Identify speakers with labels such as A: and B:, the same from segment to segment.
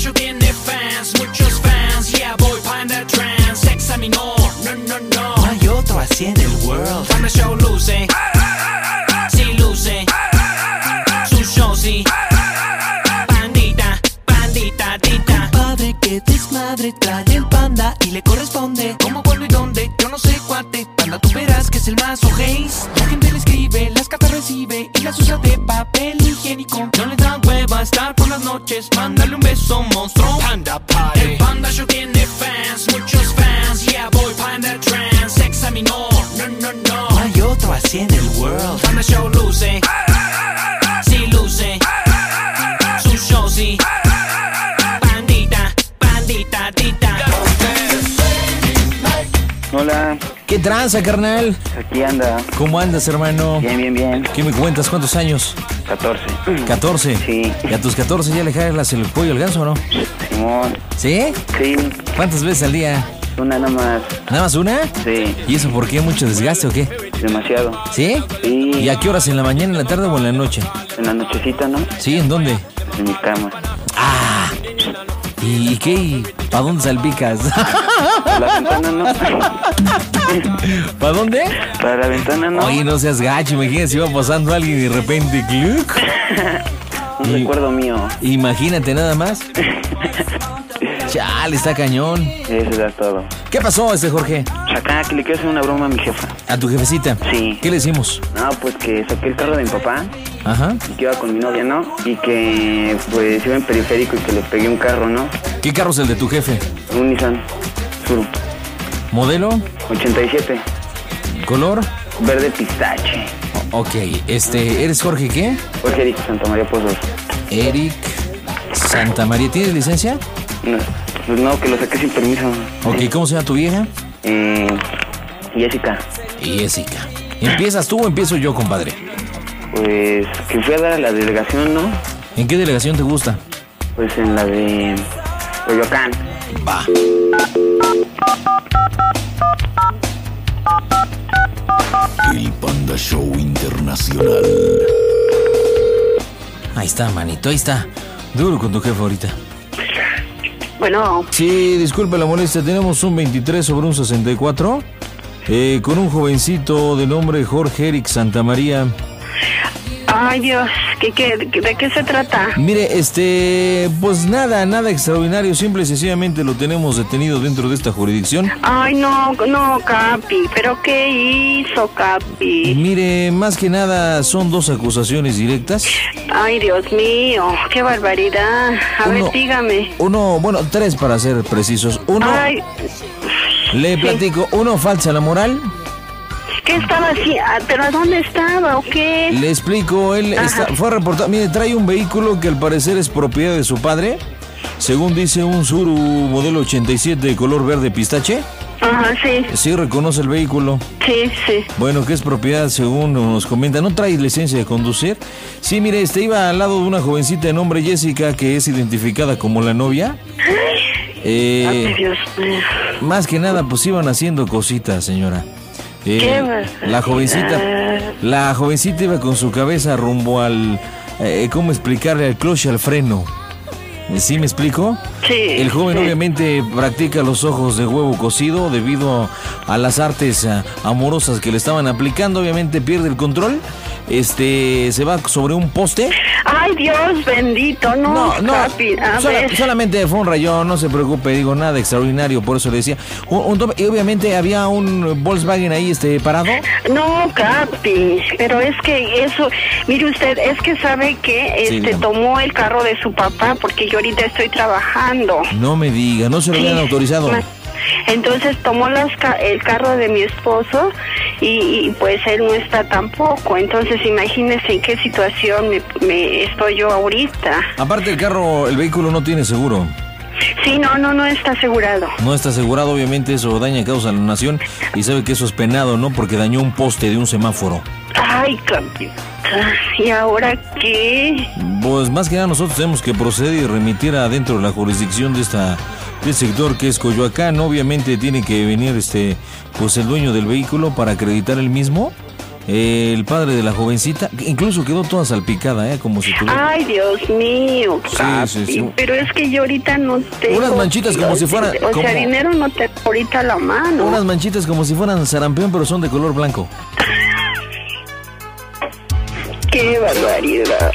A: yo tiene fans, muchos fans. Yeah, voy pa' en el trance. Examinó, no, no, no.
B: No hay otro así en el world.
A: Dame show luce, sí luce. Su show sí. Pandita, pandita, tita.
B: Padre que desmadre trae el panda y le corresponde. ¿Cómo, cuándo y dónde? Yo no sé cuate. Panda, tú verás que es el más ojéis. La gente le escribe, las cartas recibe y las usa de papel higiénico.
A: No le da hueva estar por las noches. Mándale un beso, monstruo.
B: Panda
A: El
B: party.
A: panda show tiene fans, muchos fans. Yeah, voy pa' en el trance. Examinó, no, no, no.
B: No hay otro así en el world.
A: Dame show luce, sí luce. Su show sí. Pandita, pandita, tita.
C: Hola,
D: ¿Qué tranza, carnal?
C: aquí anda.
D: ¿Cómo andas, hermano?
C: Bien, bien, bien.
D: ¿Qué me cuentas? ¿Cuántos años?
C: 14.
D: ¿14?
C: Sí.
D: ¿Y a tus 14 ya le jalas el pollo al ganso o no?
C: Simón.
D: ¿Sí?
C: Sí,
D: ¿Cuántas veces al día?
C: una nada más.
D: ¿Nada más una?
C: Sí,
D: ¿Y eso por qué? ¿Mucho desgaste o qué?
C: demasiado.
D: ¿Sí?
C: Sí.
D: ¿Y a qué horas? ¿En la mañana, en la tarde o en la noche?
C: En la nochecita, ¿no?
D: ¿Sí? ¿En dónde?
C: En mi cama.
D: ¡Ah! ¿Y y qué? ¿Y ¿Para dónde salpicas?
C: Para la ventana, ¿no?
D: ¿Para dónde?
C: Para la ventana, ¿no?
D: Oye, no seas gacho, imagínate si va pasando alguien y de repente, ¡cluc!
C: Un
D: y-
C: recuerdo mío.
D: Imagínate nada más. Chale, está cañón.
C: Eso era todo.
D: ¿Qué pasó, este Jorge?
C: Acá, que le quiero hacer una broma a mi jefa.
D: A tu jefecita.
C: Sí.
D: ¿Qué le hicimos?
C: No, pues que saqué el carro de mi papá
D: Ajá.
C: y que iba con mi novia, ¿no? Y que, pues, iba en periférico y que le pegué un carro, ¿no?
D: ¿Qué carro es el de tu jefe?
C: Un Nissan Sur
D: ¿Modelo?
C: 87,
D: ¿Color?
C: verde pistache.
D: O- ok, este, ¿eres Jorge qué?
C: Jorge Eric Santa María Pozos.
D: Eric Santa María. ¿Tienes licencia?
C: No, pues no, que lo saqué sin permiso.
D: Ok, ¿cómo se llama tu vieja?
C: Eh, Jessica,
D: Jessica. ¿Empiezas tú o empiezo yo, compadre?
C: pues que fui a dar a la delegación, ¿no?
D: ¿En qué delegación te gusta?
C: Pues en la de Coyoacán.
D: Va.
E: El Panda Show Internacional.
D: Ahí está, manito, ahí está. Duro con tu jefe ahorita.
F: Bueno,
D: Sí, disculpe la molestia, tenemos un 23 sobre un 64 eh, con un jovencito de nombre Jorge Eric Santamaría.
F: ay Dios, ¿qué, qué, de qué se trata?
D: Mire, este, pues nada, nada extraordinario, simple y sencillamente lo tenemos detenido dentro de esta jurisdicción.
F: Ay, no, no, Capi, ¿pero qué hizo, Capi?
D: Mire, más que nada son dos acusaciones directas.
F: Ay, Dios mío, qué barbaridad. A
D: Uno-
F: ver, dígame.
D: Uno, bueno, tres para ser precisos. Uno,
F: Ay,
D: le platico, uno falsa la moral.
F: ¿qué estaba así? Ah, ¿Pero a dónde estaba o qué?
D: Le explico, él está- fue reportado. Mire, trae un vehículo que al parecer es propiedad de su padre. Según dice un Suru modelo 87 de color verde pistache.
F: Ajá, sí,
D: Sí reconoce el vehículo.
F: sí, sí.
D: Bueno, que es propiedad según nos comenta. ¿No trae licencia de conducir? Sí, mire, este iba al lado de una jovencita de nombre Jessica que es identificada como la novia.
F: Ay,
D: Eh,
F: Dios mío.
D: más que nada, pues iban haciendo cositas, señora. Eh,
F: ¿Qué Ah. vas a
D: la jovencita,
F: hacer?
D: la jovencita iba con su cabeza rumbo al, eh, ¿cómo explicarle al cloche al freno? ¿Sí me explico?
F: Sí.
D: El joven
F: sí.
D: obviamente practica los ojos de huevo cocido debido a las artes ah, amorosas que le estaban aplicando. Obviamente pierde el control. Este se va sobre un poste.
F: Ay, Dios bendito, no, Capi, a
D: sola-
F: ver.
D: solamente fue un rayón, no se preocupe, digo nada extraordinario, por eso le decía. Un- un tope- y obviamente había un Volkswagen ahí este parado.
F: No, Capi, pero es que eso, mire usted, es que sabe que
D: Sí,
F: este
D: dígame.
F: tomó el carro de su papá porque yo ahorita estoy trabajando.
D: No me diga, no se Ah, lo habían
F: Sí.
D: autorizado.
F: Ma- Entonces tomó las ca- el carro de mi esposo y, y, pues él no está tampoco. Entonces imagínese en qué situación me, me estoy yo ahorita.
D: Aparte el carro, el vehículo no tiene seguro.
F: Sí, no, no, no está asegurado.
D: No está asegurado, obviamente eso daña causa a la nación y sabe que eso es penado, ¿no? Porque dañó un poste de un semáforo.
F: Ay, Capi. ¿Y ahora qué?
D: Pues más que nada nosotros tenemos que proceder y remitir adentro de la jurisdicción de esta del sector que es este, Coyoacán. Obviamente tiene que venir este pues el dueño del vehículo para acreditar el mismo eh, el padre de la jovencita, que incluso quedó toda salpicada, ¿eh? Como si tuviera...
F: Ay, Dios mío,
D: Sí,
F: papi,
D: sí, sí.
F: pero es que yo ahorita no tengo...
D: Unas manchitas como si fuera-
F: O
D: como-
F: sea, dinero no tengo ahorita a la mano.
D: Unas manchitas como si fueran sarampión, pero son de color blanco.
F: ¡Qué barbaridad!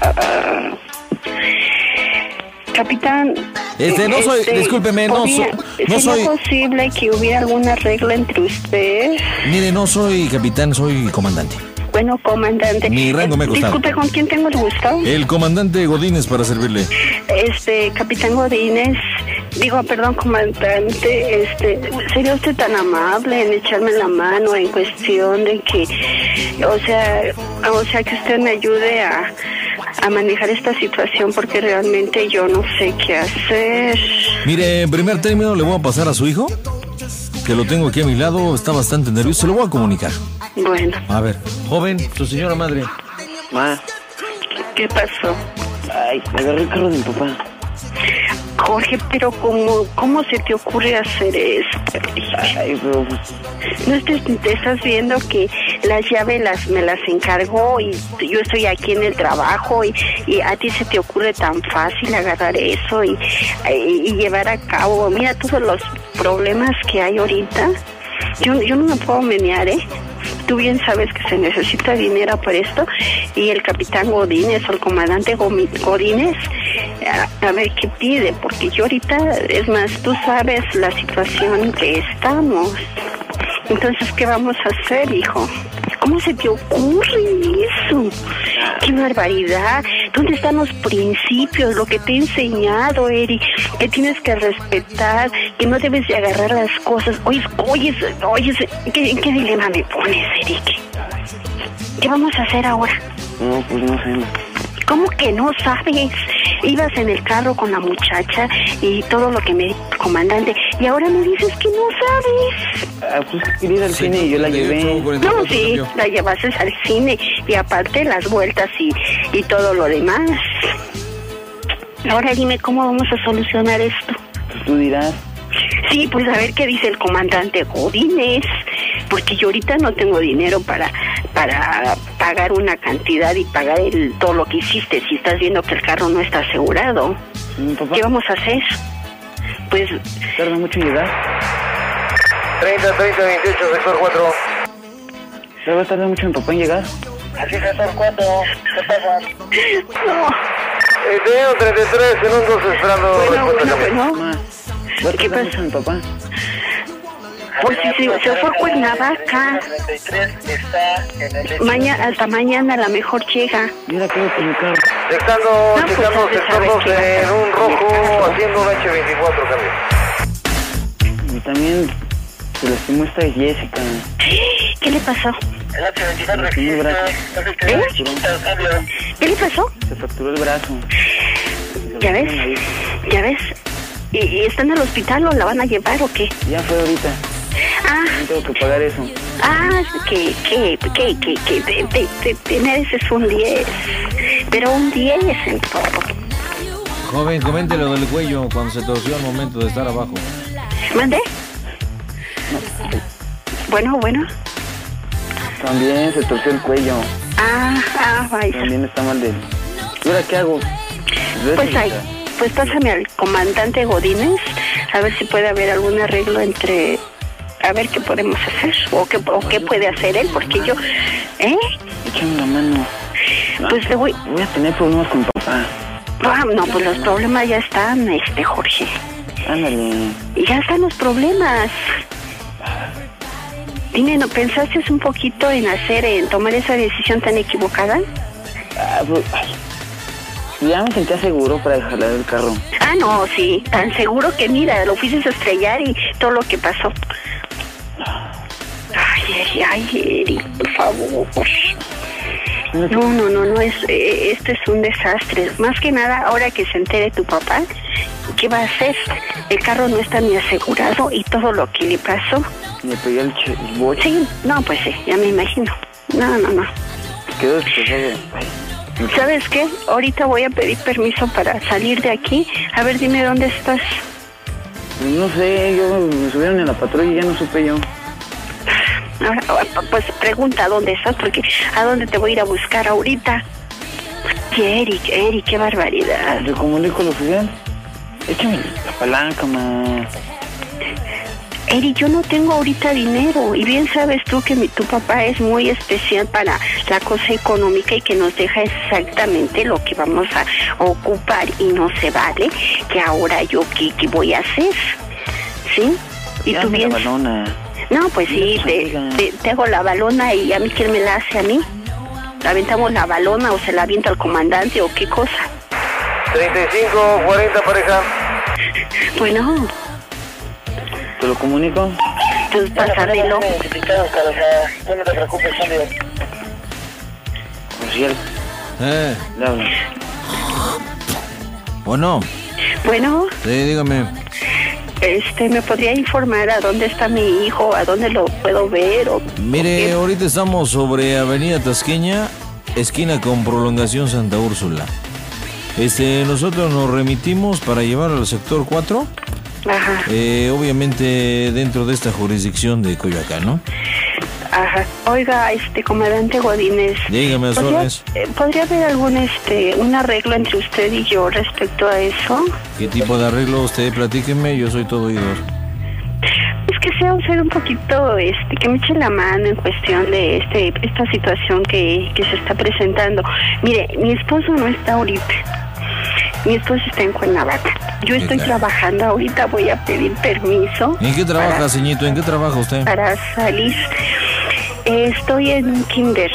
F: Capitán...
D: Este, no soy- discúlpeme, no
F: podía-
D: so- no
F: ¿sería
D: soy-
F: posible que hubiera alguna regla entre ustedes?
D: Mire, no soy capitán, soy comandante.
F: Bueno, comandante...
D: Mi rango me ha costado.
F: Disculpe, ¿con quién tengo el gusto?
D: El comandante Godínez para servirle.
F: Este, Capitán Godínez, digo, perdón, comandante, este, ¿sería usted tan amable en echarme la mano en cuestión de que, o sea, o sea, que usted me ayude a, a manejar esta situación porque realmente yo no sé qué hacer?
D: Mire, en primer término le voy a pasar a su hijo, que lo tengo aquí a mi lado, está bastante nervioso, se lo voy a comunicar.
F: Bueno,
D: A ver, joven, su señora madre.
C: Ma,
F: ¿qué pasó?
C: ay, me agarré el carro de mi papá.
F: Jorge, pero ¿cómo, cómo se te ocurre hacer esto?
C: Ay, pero pues,
F: No te, te estás viendo que las llaves las me las encargó y yo estoy aquí en el trabajo y, y a ti se te ocurre tan fácil agarrar eso y, y- y llevar a cabo. Mira todos los problemas que hay ahorita. Yo, yo no me puedo menear, ¿eh? Tú bien sabes que se necesita dinero para esto y el capitán Godínez o el comandante Gomi- Godínez a, a ver qué pide, porque yo ahorita, es más, tú sabes la situación que estamos. Entonces, ¿qué vamos a hacer, hijo? ¿Cómo se te ocurre eso? ¡Qué barbaridad! ¿Dónde están los principios? Lo que te he enseñado, Eri, que tienes que respetar, que no debes de agarrar las cosas. Oye, oye, oye, ¿qué, ¿en qué dilema me pones, Eric? ¿Qué vamos a hacer ahora?
C: no, pues no sé, ma.
F: ¿Cómo que no sabes? Ibas en el carro con la muchacha y todo lo que me dijo el comandante, y ahora me dices que no sabes.
C: Ah, pues quería ir al cine y yo la llevé.
F: No, sí, la llevaste al cine y aparte las vueltas y, y todo lo demás. Ahora dime cómo vamos a solucionar esto.
C: Pues tú dirás,
F: Sí, pues a ver qué dice el comandante Godínez, porque yo ahorita no tengo dinero para para pagar una cantidad y pagar el- todo lo que hiciste si estás viendo que el carro no está asegurado.
C: pues mi papá
F: ¿Qué vamos a hacer? Pues
C: tarda mucho en llegar.
G: 30, 30, 28, sector 4.
C: ¿Te va a tardar mucho mi papá en llegar?
G: Así, sector 4. ¿Qué pasa?
F: no.
G: Eh, tengo 33 segundos esperando
F: Bueno,
G: respuesta.
F: bueno,
G: Capitán.
F: bueno.
C: Ma, ¿va a
F: ¿Qué
C: tardar
F: pasa?
C: mucho mi papá?
F: Pues si se, se fue a Cuernavaca,
G: 33 está en el hecho.
F: mañana, hasta mañana a lo mejor llega.
C: Yo la quedo con mi carro.
G: Dejando,
F: No, pues,
G: checando
F: usted
G: sector
F: sabe
G: 2
F: que
G: en
F: va a
G: un rojo,
F: estar.
G: haciendo un H24, cambio.
C: Y también se lastimó esta Jessica.
F: ¿Qué le pasó?
G: El H24
C: existe,
F: ¿Eh?
G: cambio.
F: ¿Qué le pasó?
C: Se fracturó el brazo.
F: ¿Ya ves? ¿Ya ves? ¿Y, y está en el hospital o la van a llevar o qué?
C: Ya fue ahorita.
F: Ah,
C: No tengo que pagar eso.
F: ah, que, que, que, que, que, te, te, te- te mereces un 10. Pero un 10 en todo.
D: Joven, comente lo del cuello cuando se torció al momento de estar abajo.
F: ¿Mandé? Bueno, bueno.
C: También se torció el cuello.
F: Ah, ah, vaya.
C: También está mal de él. ¿Y ahora qué hago?
F: Pues ahí, pues pásame al comandante Godínez, a ver si puede haber algún arreglo entre, a ver qué podemos hacer, o qué, o qué puede hacer él, porque yo, ¿eh?
C: Échame la mano.
F: Pues le voy,
C: Voy a tener problemas con mi papá.
F: ah, no, pues los problemas ya están, este, Jorge,
C: Ándale.
F: ya están los problemas. Dime, ¿no pensaste un poquito en hacer, en tomar esa decisión tan equivocada?
C: Ah, pues, ay. Ya me sentía seguro para dejarla del carro.
F: Ah, no, sí, tan seguro que mira, lo fuiste a estrellar y todo lo que pasó. Ay, ay, ay, Eri, por favor. No, no, no, no, es, eh, esto es un desastre. Más que nada, ahora que se entere tu papá, ¿qué va a hacer? El carro no está ni asegurado y todo lo que le pasó.
C: Le pegué el, che- el boche.
F: Sí, no, pues sí, ya me imagino. No, no, no.
C: Quedó destrozado. Ay,
F: ¿Sabes qué? Ahorita voy a pedir permiso para salir de aquí. A ver, dime dónde estás.
C: pues no sé, yo me subieron en la patrulla y ya no supe yo.
F: Ah, Pues pregunta dónde estás, porque a dónde te voy a ir a buscar ahorita. Qué Eric, Eric, qué barbaridad.
C: Te comunico con la oficial. Échame la palanca, ma.
F: Eric, yo no tengo ahorita dinero y bien sabes tú que mi, tu papá es muy especial para la cosa económica y que nos deja exactamente lo que vamos a ocupar y no se vale que ahora yo qué, qué voy a hacer, ¿sí? Y
C: Ya
F: tú
C: me la
F: bien...
C: balona.
F: No, pues sí,
C: Mira,
F: te,
C: amiga.
F: te- te hago la balona y a mí quién me la hace a mí. ¿La aventamos la balona o se la avienta al comandante o qué cosa?
G: 35, 40 pareja.
F: Bueno,
C: ¿Te lo comunico?
F: pues pasármelo.
G: No te preocupes, Julio.
C: Oficial,
D: Eh,
C: le hablo.
D: bueno,
F: Bueno,
D: sí, dígame.
F: este, ¿me podría informar a dónde está mi hijo? ¿A dónde lo puedo ver? O,
D: Mire,
F: o
D: ahorita estamos sobre Avenida Tasqueña, esquina con prolongación Santa Úrsula. Este, nosotros nos remitimos para llevar al sector 4,
F: qué? Ajá,
D: eh, obviamente dentro de esta jurisdicción de Coyoacán, ¿no?
F: ajá. Oiga, este, comandante Godínez.
D: Dígame a sus
F: ¿podría,
D: órdenes.
F: eh, ¿Podría haber algún, este, un arreglo entre usted y yo respecto a eso?
D: ¿Qué tipo de arreglo usted? Platíqueme, yo soy todo oidor.
F: Es que sea usted un poquito, este, que me eche la mano en cuestión de este, esta situación que, que se está presentando. Mire, mi esposo no está ahorita. Mi esposo está en Cuernavaca. Yo estoy
D: claro.
F: trabajando ahorita, voy a pedir permiso.
D: ¿En qué trabaja, señito? ¿En qué trabaja usted?
F: Para, para salir. Eh, estoy en un kinder.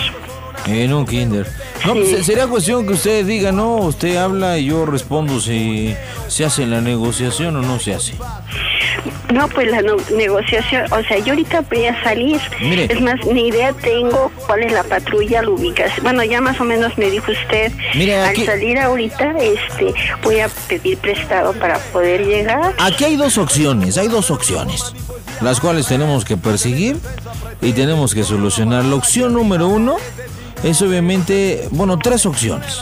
D: En un kinder. No, pues,
F: Sí.
D: será cuestión que usted diga, no, usted habla y yo respondo si se hace la negociación o no se hace.
F: No, pues la no- negociación, o sea, yo ahorita voy a salir.
D: Mire.
F: Es más, ni idea tengo cuál es la patrulla, la ubicación. Bueno, ya más o menos me dijo usted.
D: Mire, aquí-
F: Al salir ahorita, este, voy a pedir prestado para poder llegar.
D: Aquí hay dos opciones, hay dos opciones, las cuales tenemos que perseguir y tenemos que solucionar. La opción número uno es obviamente, bueno, tres opciones.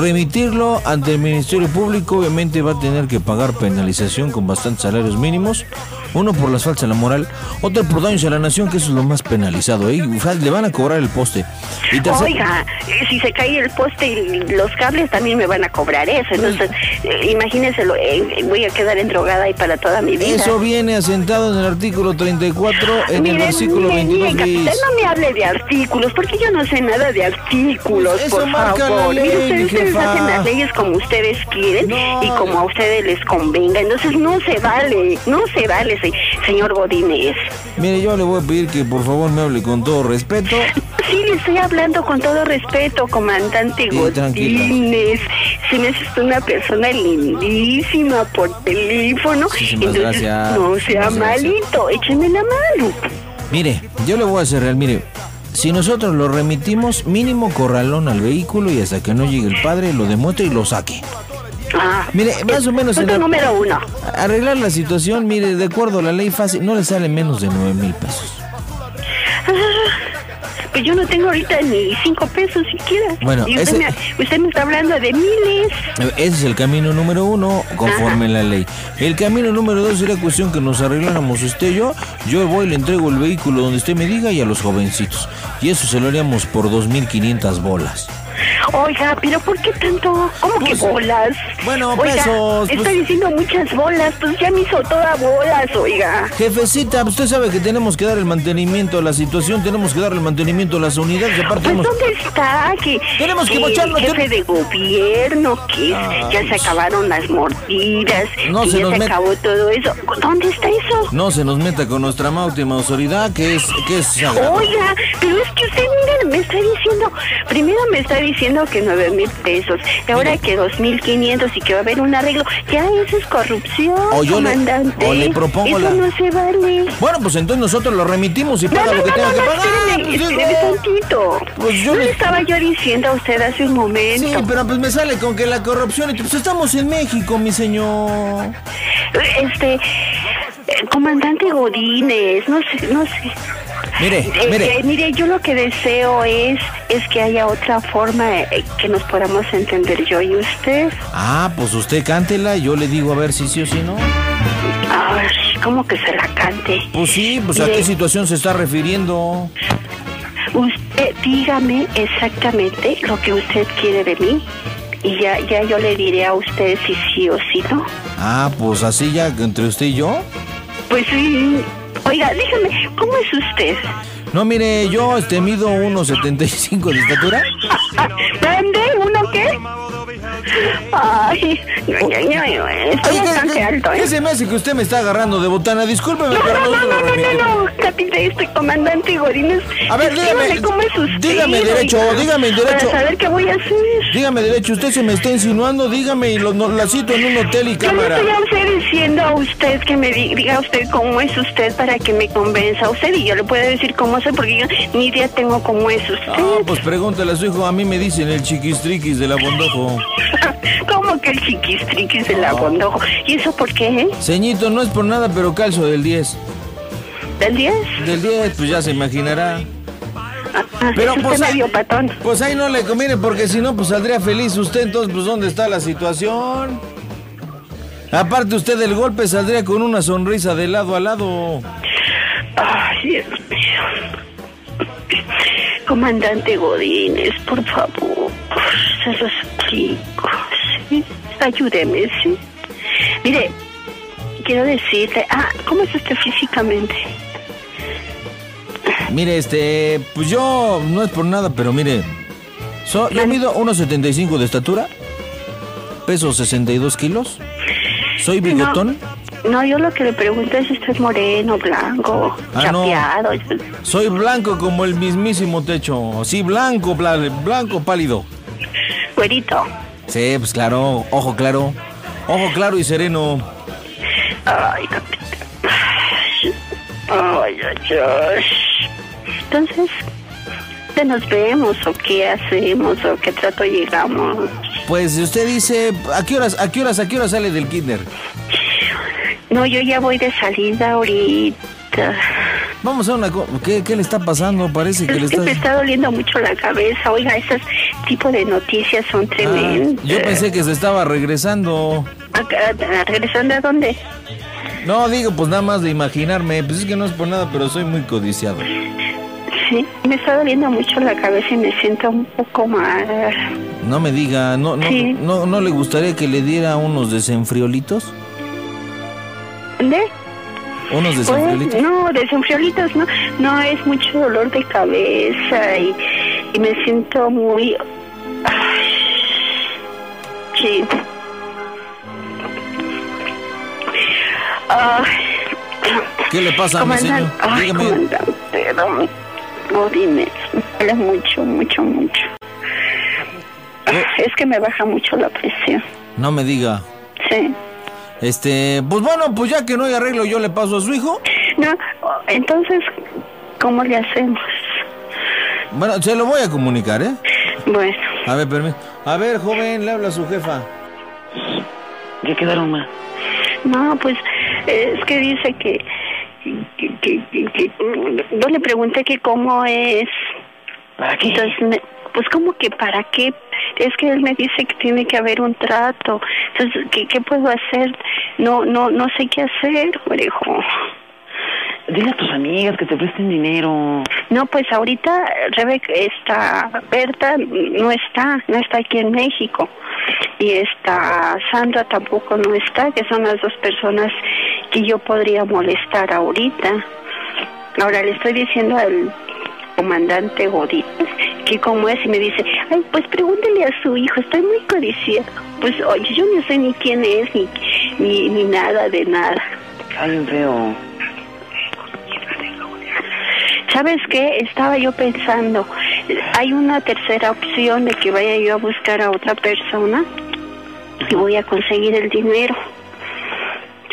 D: Remitirlo ante el Ministerio Público, obviamente va a tener que pagar penalización con bastantes salarios mínimos. Uno por las falsas a la moral, otro por daños a la nación, que eso es lo más penalizado. ¿eh? Fa- Le van a cobrar el poste. Y tercer-
F: Oiga, eh, si se cae el poste y los cables también me van a cobrar eso. Entonces, eh, imagínese, lo- eh, voy a quedar endrogada ahí para toda mi vida.
D: eso viene asentado en el artículo 34, en el
F: Mire,
D: versículo
F: mire, mire,
D: 22 bis.
F: capitán, no me hable de artículos, porque yo no sé nada de artículos,
D: Eso
F: por
D: marca la
F: favor.
D: ley,
F: Mire, ustedes, ustedes
D: jefa.
F: hacen las leyes como ustedes quieren
D: No.
F: y como a ustedes les convenga. Entonces no se vale, no se vale, se- señor Godínez.
D: Mire, yo le voy a pedir que por favor me hable con todo respeto.
F: Sí, le estoy hablando con todo respeto, comandante
D: Sí, tranquila.
F: Godínez. Se me hace usted una persona lindísima por teléfono.
D: Muchísimas
F: Entonces,
D: gracias.
F: no sea
D: Muchísimas gracias.
F: malito, écheme la mano.
D: Mire, yo le voy a cerrar, mire. Si nosotros lo remitimos, mínimo corralón al vehículo y hasta que no llegue el padre lo demuestre y lo saque.
F: Ah,
D: Mire, más o menos en
F: punto
D: la-
F: número uno.
D: Arreglar la situación, mire, de acuerdo a la ley fácil, no le sale menos de 9 mil pesos.
F: Pues yo no tengo ahorita ni cinco pesos siquiera.
D: Bueno,
F: y usted,
D: ese-
F: me, usted me está hablando de miles.
D: Eh, Ese es el camino número uno, conforme la ley. El camino número dos sería cuestión que nos arregláramos usted y yo. Yo voy, le entrego el vehículo donde usted me diga y a los jovencitos. Y eso se lo haríamos por 2.500 bolas.
F: Oiga, pero ¿por qué tanto? ¿Cómo
D: Pues,
F: que bolas?
D: bueno,
F: Oiga,
D: pesos,
F: Está
D: pues-
F: diciendo muchas bolas, pues ya me hizo toda bolas, oiga.
D: Jefecita, usted sabe que tenemos que dar el mantenimiento a la situación, tenemos que dar el mantenimiento a las unidades, aparte
F: Pues
D: hemos-
F: ¿dónde está? Que,
D: Tenemos que
F: que
D: mocharlo,
F: el jefe
D: ten-
F: de gobierno, que ya se acabaron las mordidas,
D: pues. No
F: que
D: se
F: ya
D: nos
F: se
D: met-
F: acabó todo eso. ¿Dónde está eso?
D: No se nos meta con nuestra máxima autoridad, que es, que es sagrado.
F: Oiga, pero es que usted, mira, me está diciendo, primero me está diciendo que nueve mil pesos, y ahora que dos mil quinientos y que va a haber un arreglo, ya eso es corrupción,
D: O yo le-
F: comandante.
D: o le propongo
F: eso
D: la-
F: no se vale.
D: Bueno, pues entonces nosotros lo remitimos y
F: No,
D: paga
F: no,
D: lo
F: no,
D: que
F: no,
D: tenga que
F: no,
D: pagar.
F: espéreme, espéreme tantito.
D: Pues yo
F: no
D: le-
F: le estaba yo diciendo a usted hace un momento.
D: Sí, pero pues me sale con que la corrupción y pues estamos en México, mi señor.
F: Este, eh, comandante Godínez, no sé, no sé.
D: Mire,
F: Eh,
D: mire.
F: eh, mire, yo lo que deseo es es que haya otra forma eh, que nos podamos entender yo y usted.
D: Ah, pues usted cántela, yo le digo a ver si sí o si no.
F: Ay, ¿Cómo que se la cante?
D: Pues sí, pues a
F: Mire,
D: qué situación se está refiriendo.
F: Usted dígame exactamente lo que usted quiere de mí y ya, ya yo le diré a usted si sí o si no.
D: Ah, pues así ya entre usted y yo.
F: Pues sí. Oiga, dígame, ¿cómo es usted?
D: No, mire, yo este mido 1.75 de estatura.
F: ¿Dónde? ¿Uno qué? Ay, no, no, no, estoy bastante alto, ¿eh?
D: ¿Qué se me hace que usted me está agarrando de botana? Discúlpeme,
F: No,
D: pero
F: no,
D: no
F: no,
D: se lo
F: no,
D: remito.
F: no, no, capitán, este comandante Godínez.
D: A ver, dígame,
F: ¿Cómo es usted?
D: dígame derecho,
F: oiga,
D: dígame derecho.
F: Para saber qué voy a hacer.
D: Dígame derecho, usted se me está insinuando, dígame y lo- no- la cito en un hotel y
F: Yo le
D: cámara.
F: estoy a usted diciendo a usted que me di- diga usted cómo es usted para que me convenza a usted y yo le puedo decir cómo soy porque yo ni idea tengo cómo es usted.
D: Ah, pues pregúntale a su hijo, a mí me dicen el chiquistriquis del abondojo. pues.
F: ¿Cómo que el chiquistriquis
D: Ah.
F: del agondojo? ¿Y eso por qué? eh?
D: Ceñito, no es por nada, pero calzo del 10.
F: ¿Del 10?
D: Del 10, pues ya se imaginará.
F: Ah,
D: Pero,
F: usted
D: pues,
F: me
D: ah-
F: vio patón.
D: Pues ahí no le conviene, porque si no, pues saldría feliz usted, entonces, pues ¿dónde está la situación? Aparte usted del golpe saldría con una sonrisa de lado a lado.
F: Ay, Dios mío. Comandante Godínez, por favor, se lo suplico, ¿sí? Ayúdeme, ¿sí? Mire, quiero decirle, ah, ¿cómo es usted físicamente?
D: Mire, este, pues yo no es por nada, pero mire, so- yo mido 1.75 de estatura, peso 62 kilos, soy bigotón,
F: No, no, yo lo que le pregunto es si usted es moreno, blanco,
D: Ah, no.
F: chapeado. yo-
D: soy blanco como el mismísimo techo, sí, blanco, pla- blanco pálido.
F: Güerito.
D: Sí, pues claro, ojo claro, ojo claro y sereno.
F: Ay, capitán. Ay, ay, ay. Entonces, ¿te nos vemos o qué hacemos o qué trato llegamos?
D: Pues usted dice, ¿a qué horas, a qué horas, a qué horas sale del kinder?
F: No, yo ya voy de salida ahorita.
D: Vamos a una co- ¿Qué, qué le está pasando? Parece que le
F: Es que
D: está...
F: me está doliendo mucho la cabeza. Oiga, esas tipo de noticias son
D: Ah,
F: tremendas.
D: yo pensé que se estaba regresando.
F: Acá- ¿Regresando a dónde?
D: No, digo, pues nada más de imaginarme. Pues es que no es por nada, pero soy muy codiciado.
F: Sí, me está doliendo mucho la cabeza y me siento un poco mal.
D: No me diga, ¿no, no,
F: Sí.
D: no, no le gustaría que le diera unos desenfriolitos?
F: ¿Dónde?
D: ¿Unos
F: Pues,
D: desenfriolitos?
F: no, desenfriolitos no, no es mucho dolor de cabeza y, y me siento muy... Ay, Sí. Ah,
D: ¿Qué le pasa a mi señor?
F: comandante, ay,
D: Dígame,
F: comandante, don Godínez, me duele mucho, mucho, mucho. Ah, Es que me baja mucho la presión,
D: no me diga.
F: sí.
D: Este, pues bueno, pues ya que no hay arreglo, yo le paso a su hijo.
F: No, entonces, ¿cómo le hacemos?
D: Bueno, se lo voy a comunicar, ¿eh?
F: Bueno.
D: A ver, permítame. A ver, joven, le habla su jefa.
C: ¿Qué quedaron, ma?
F: No, pues eh, es que dice que, que, que- que- que- yo le pregunté que cómo es,
C: ¿Para qué?
F: entonces me- pues como que para qué, es que él me dice que tiene que haber un trato, entonces qué, qué puedo hacer, no no no sé qué hacer, orejo.
C: Dile a tus amigas que te presten dinero.
F: No, pues ahorita eh, Rebeca está, Berta no está, no está aquí en México. Y está Sandra tampoco no está, que son las dos personas que yo podría molestar ahorita. Ahora le estoy diciendo al comandante Godínez que cómo es y me dice, ay, pues pregúntele a su hijo, estoy muy codiciado. Pues oye, yo no sé ni quién es, ni, ni, ni nada de nada.
C: Ay, bien feo.
F: ¿Sabes qué? Estaba yo pensando, hay una tercera opción de que vaya yo a buscar a otra persona y voy a conseguir el dinero.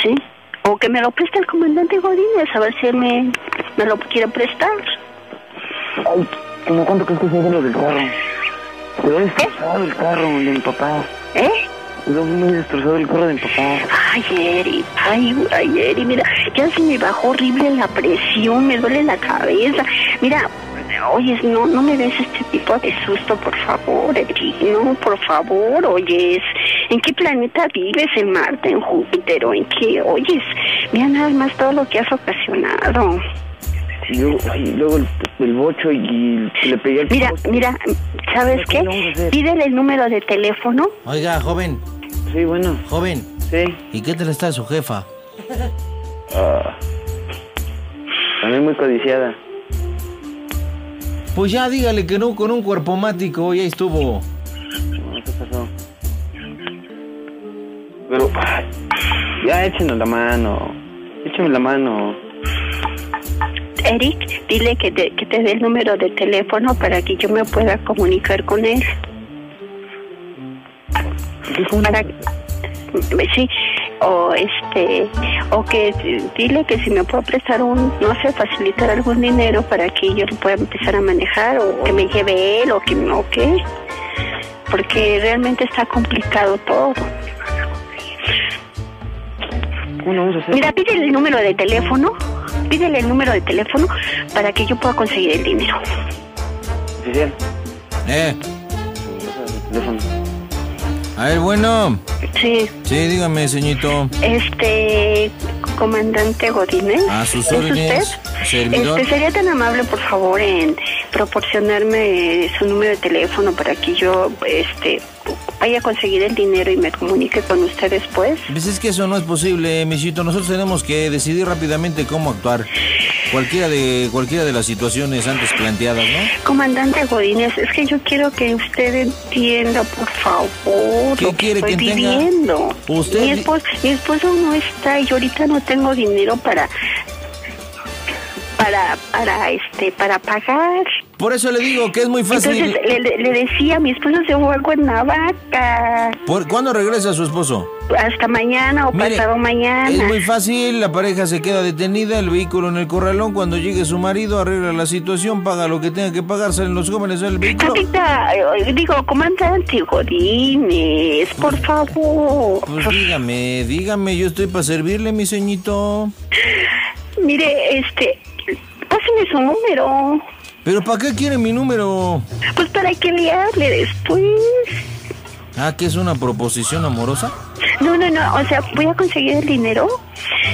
F: ¿Sí? O que me lo preste el comandante Godínez, a ver si él me, me lo quiere prestar.
C: Ay, ¿cómo cuánto crees que se de lo del carro? Quedó destrozado el carro de mi papá.
F: ¿Eh?
C: Quedó muy destrozado el carro de mi papá.
F: Ay, Eri, ay, ay, Eri, mira, ya se me bajó horrible la presión, me duele la cabeza. Mira, oyes, no, no me des este tipo de susto, por favor, Eri, no, por favor, oyes. ¿En qué planeta vives? ¿En Marte? ¿En Júpiter? ¿O en qué? Oyes, mira nada más todo lo que has ocasionado.
C: Y luego, y luego el, el bocho y, y le pegué al
F: Mira,
C: poste.
F: mira, ¿sabes qué? Pídele el número de teléfono.
D: Oiga, joven,
C: Sí, bueno,
D: joven,
C: sí.
D: ¿y qué tal está su jefa?
C: También muy codiciada.
D: Pues ya dígale que no con un cuerpo mático, ya estuvo.
C: No, ¿Qué pasó? Pero, ay, ya échenos la mano. Écheme la mano.
F: Eric, dile que te, que te dé el número de teléfono para que yo me pueda comunicar con él.
C: ¿Qué fue?
F: Para sí, o este, o que dile que si me puede prestar un, no sé, facilitar algún dinero para que yo lo pueda empezar a manejar o que me lleve él o que no, qué. Porque realmente está complicado todo.
C: ¿Cómo lo vamos a hacer?
F: Mira, pídele el número de teléfono, pídele el número de teléfono para que yo pueda conseguir el dinero.
C: Oficial,
D: Eh,
C: teléfono.
D: a ver, bueno.
F: Sí,
D: Sí, dígame, señorito.
F: Este, comandante Godínez.
D: A sus
F: ¿es
D: órdenes,
F: usted?
D: servidor.
F: Este, sería tan amable, por favor, en proporcionarme su número de teléfono para que yo, este, vaya a conseguir el dinero y me comunique con usted después.
D: Pues es que eso no es posible, mijito. Nosotros tenemos que decidir rápidamente cómo actuar. Cualquiera de, cualquiera de las situaciones antes planteadas, ¿no?
F: Comandante Godínez, es que yo quiero que usted entienda, por favor,
D: ¿Qué
F: lo que
D: quiere
F: estoy
D: que entienda?
F: viviendo.
D: Usted
F: mi,
D: di-
F: esposo, mi esposo no está y yo ahorita no tengo dinero para para para este para pagar.
D: Por eso le digo que es muy fácil.
F: Entonces le, le- le decía, mi esposo se fue a Cuernavaca
D: ¿Por- ¿Cuándo regresa su esposo?
F: hasta mañana o
D: Mire,
F: pasado mañana.
D: Es muy fácil, la pareja se queda detenida, el vehículo en el corralón, cuando llegue su marido arregla la situación, paga lo que tenga que pagar, salen los jóvenes del vehículo.
F: Capita, eh, digo, comandante Godínez, por favor.
D: Pues dígame, dígame, yo estoy para servirle, mi señito.
F: Mire, este, páseme su número.
D: Pero ¿para qué quiere mi número?
F: Pues para que le hable después.
D: Ah, que es una proposición amorosa.
F: No, no, no, o sea, voy a conseguir el dinero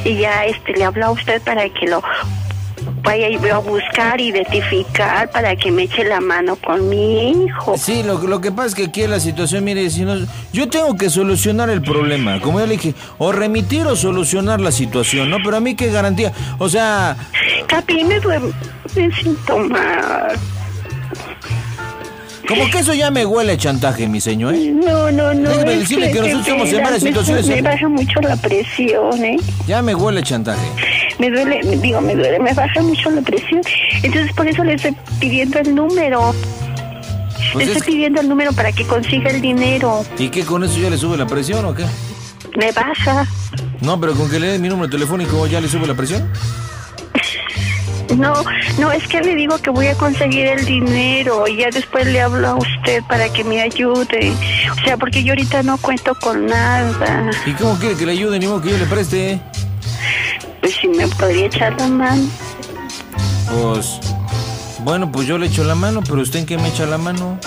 F: y ya este le hablo a usted para que lo vaya y a buscar, identificar, para que me eche la mano con mi hijo.
D: Sí, lo, lo que pasa es que aquí en la situación, mire, si no, yo tengo que solucionar el problema, como ya le dije, o remitir o solucionar la situación, ¿no? Pero a mí qué garantía, o sea,
F: Capi, me, duermo, me siento mal.
D: como que eso ya me huele a chantaje, mi señor, ¿eh?
F: No, no, no.
D: Déjeme
F: es
D: decirle que
F: de
D: nosotros somos en
F: veras,
D: varias
F: me-
D: situaciones.
F: Me baja mucho la presión, ¿eh?
D: Ya me huele a chantaje.
F: Me duele, me- digo, me duele, me baja mucho la presión. Entonces por eso le estoy pidiendo el número.
D: Pues
F: le
D: es
F: estoy pidiendo el número para que consiga el dinero.
D: ¿Y qué con eso ya le sube la presión o qué?
F: Me baja.
D: No, pero con que le dé mi número telefónico ya le sube la presión.
F: No, no, es que le digo que voy a conseguir el dinero y ya después le hablo a usted para que me ayude. O sea, porque yo ahorita no cuento con nada.
D: ¿Y cómo quiere que le ayude ni modo que yo le preste?
F: Pues si me podría echar la mano.
D: Pues bueno, pues yo le echo la mano, pero usted en qué me echa la mano?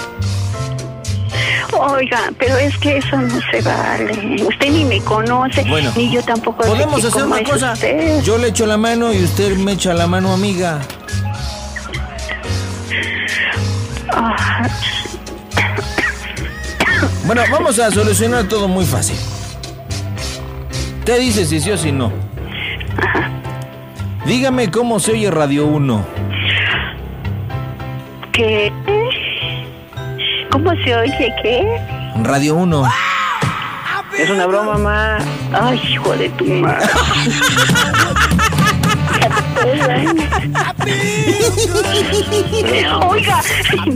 F: Oiga, pero es que eso no se vale. Usted ni me conoce,
D: Bueno,
F: ni yo tampoco. sé
D: Podemos
F: que
D: hacer
F: cómo
D: una
F: es
D: cosa.
F: usted.
D: Yo le echo la mano y usted me echa la mano, amiga.
F: Ah,
D: Bueno, vamos a solucionar todo muy fácil. Te dice si sí o si no. Dígame cómo se oye Radio 1.
F: ¿Qué? ¿Cómo se oye? ¿Qué?
D: Radio 1.
C: Es una broma, mamá.
F: Ay, hijo de tu madre. Oiga,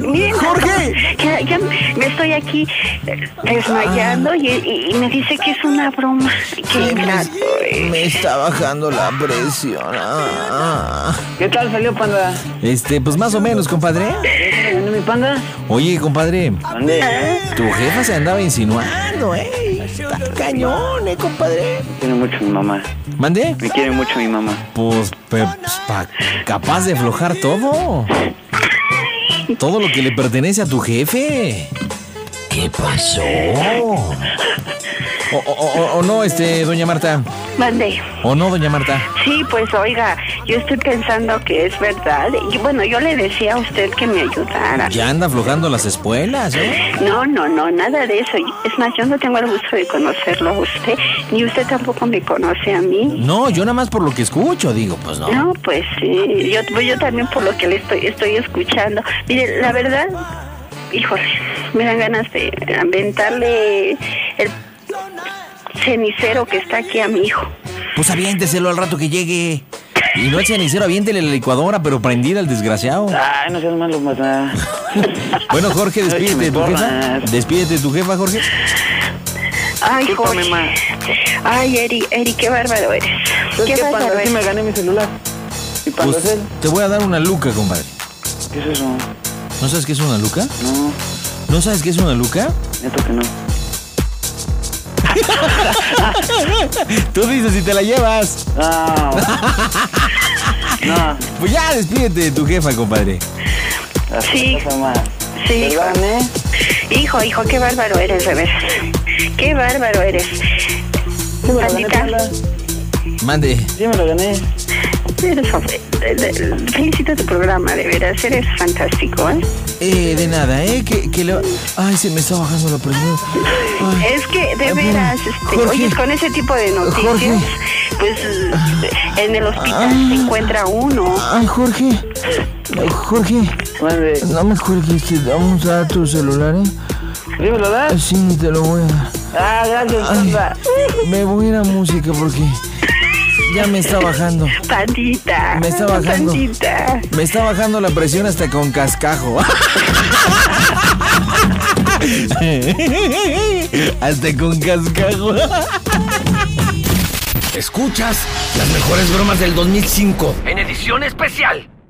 F: mira,
D: Jorge.
F: ya, ya me estoy aquí eh, desmayando y, y- y me dice que es una broma. Qué ingrato eh. es.
D: Me está bajando la presión. Ah.
C: ¿Qué tal salió, panda?
D: Este, pues más o menos, compadre.
C: ¿Qué mi panda?
D: Oye, compadre,
C: ¿Dónde?
D: tu jefa se andaba insinuando, ¿eh? Está cañón, ¿eh, compadre?
C: Quiere mucho mi mamá.
D: ¿Mandé?
C: Me quiere mucho mi mamá.
D: Pues, pe- pues, pa- capaz de aflojar todo. Todo lo que le pertenece a tu jefe. ¿Qué pasó? O, o- o- o no, este, doña Marta.
F: Mande.
D: O no, doña Marta.
F: Sí, pues oiga, yo estoy pensando que es verdad. Y bueno, yo le decía a usted que me ayudara.
D: Ya anda aflojando las espuelas, ¿eh?
F: No, no, no, nada de eso. Es más, yo no tengo el gusto de conocerlo a usted, ni usted tampoco me conoce a mí.
D: No, yo nada más por lo que escucho, digo, pues no.
F: No, pues sí, yo, pues, yo también por lo que le estoy, estoy escuchando. Mire, la verdad, híjole, me dan ganas de aventarle el cenicero que está aquí a mi hijo.
D: Pues aviénteselo al rato que llegue. Y no el cenicero, aviéntele la licuadora, pero prendida al desgraciado.
C: Ay, no seas malo, mata.
D: Bueno, Jorge, despídete de tu jefa. Despídete de tu jefa, Jorge.
F: Ay,
C: Discúlpame,
F: Jorge.
C: ma.
F: Ay, Eri, Eri, qué bárbaro eres.
C: ¿Sabes
F: Qué
C: qué? Para
F: bárbaro
C: ver
F: eres.
C: si me gané mi celular. ¿Y para
D: Pues
C: hacer?
D: te voy a dar una luca, compadre.
C: ¿Qué es eso?
D: ¿No sabes qué es una luca?
C: No,
D: ¿No sabes qué es una luca?
C: neto que no.
D: Tú dices si te la llevas.
C: Ah, no.
D: Pues ya, despídete de tu jefa, compadre.
F: Sí.
C: Cosa más.
F: Sí.
C: Perdón, ¿eh?
F: Hijo, hijo, qué bárbaro eres, de veras. Qué bárbaro eres.
C: Sí me lo gané,
F: Pandita,
C: Paula.
D: Mande.
C: Sí me lo gané.
F: eres fam- de- de- felicito tu programa, de veras, eres fantástico. ¿eh?
D: Eh, de nada, ¿eh? Que, que le... Ay, se me está bajando la presión. Ay.
F: Es que, de
D: Ah, bueno.
F: veras, este,
D: Jorge.
F: oye, con ese tipo de noticias,
D: Jorge.
F: pues en el hospital se
D: Ah.
F: encuentra uno.
D: Ay, Jorge. Eh, Jorge,
C: Nueve.
D: no me cuelgues, te vamos a dar tu celular, ¿eh?
C: ¿Sí me lo das?
D: Sí, te lo voy a dar.
C: Ah, gracias, Sandra.
D: Me voy a ir a música porque ya me está bajando.
F: Pandita.
D: Me está bajando.
F: Pandita.
D: Me está bajando la presión hasta con cascajo. hasta con cascajo.
E: Escuchas las mejores bromas del 2005.
A: En edición especial.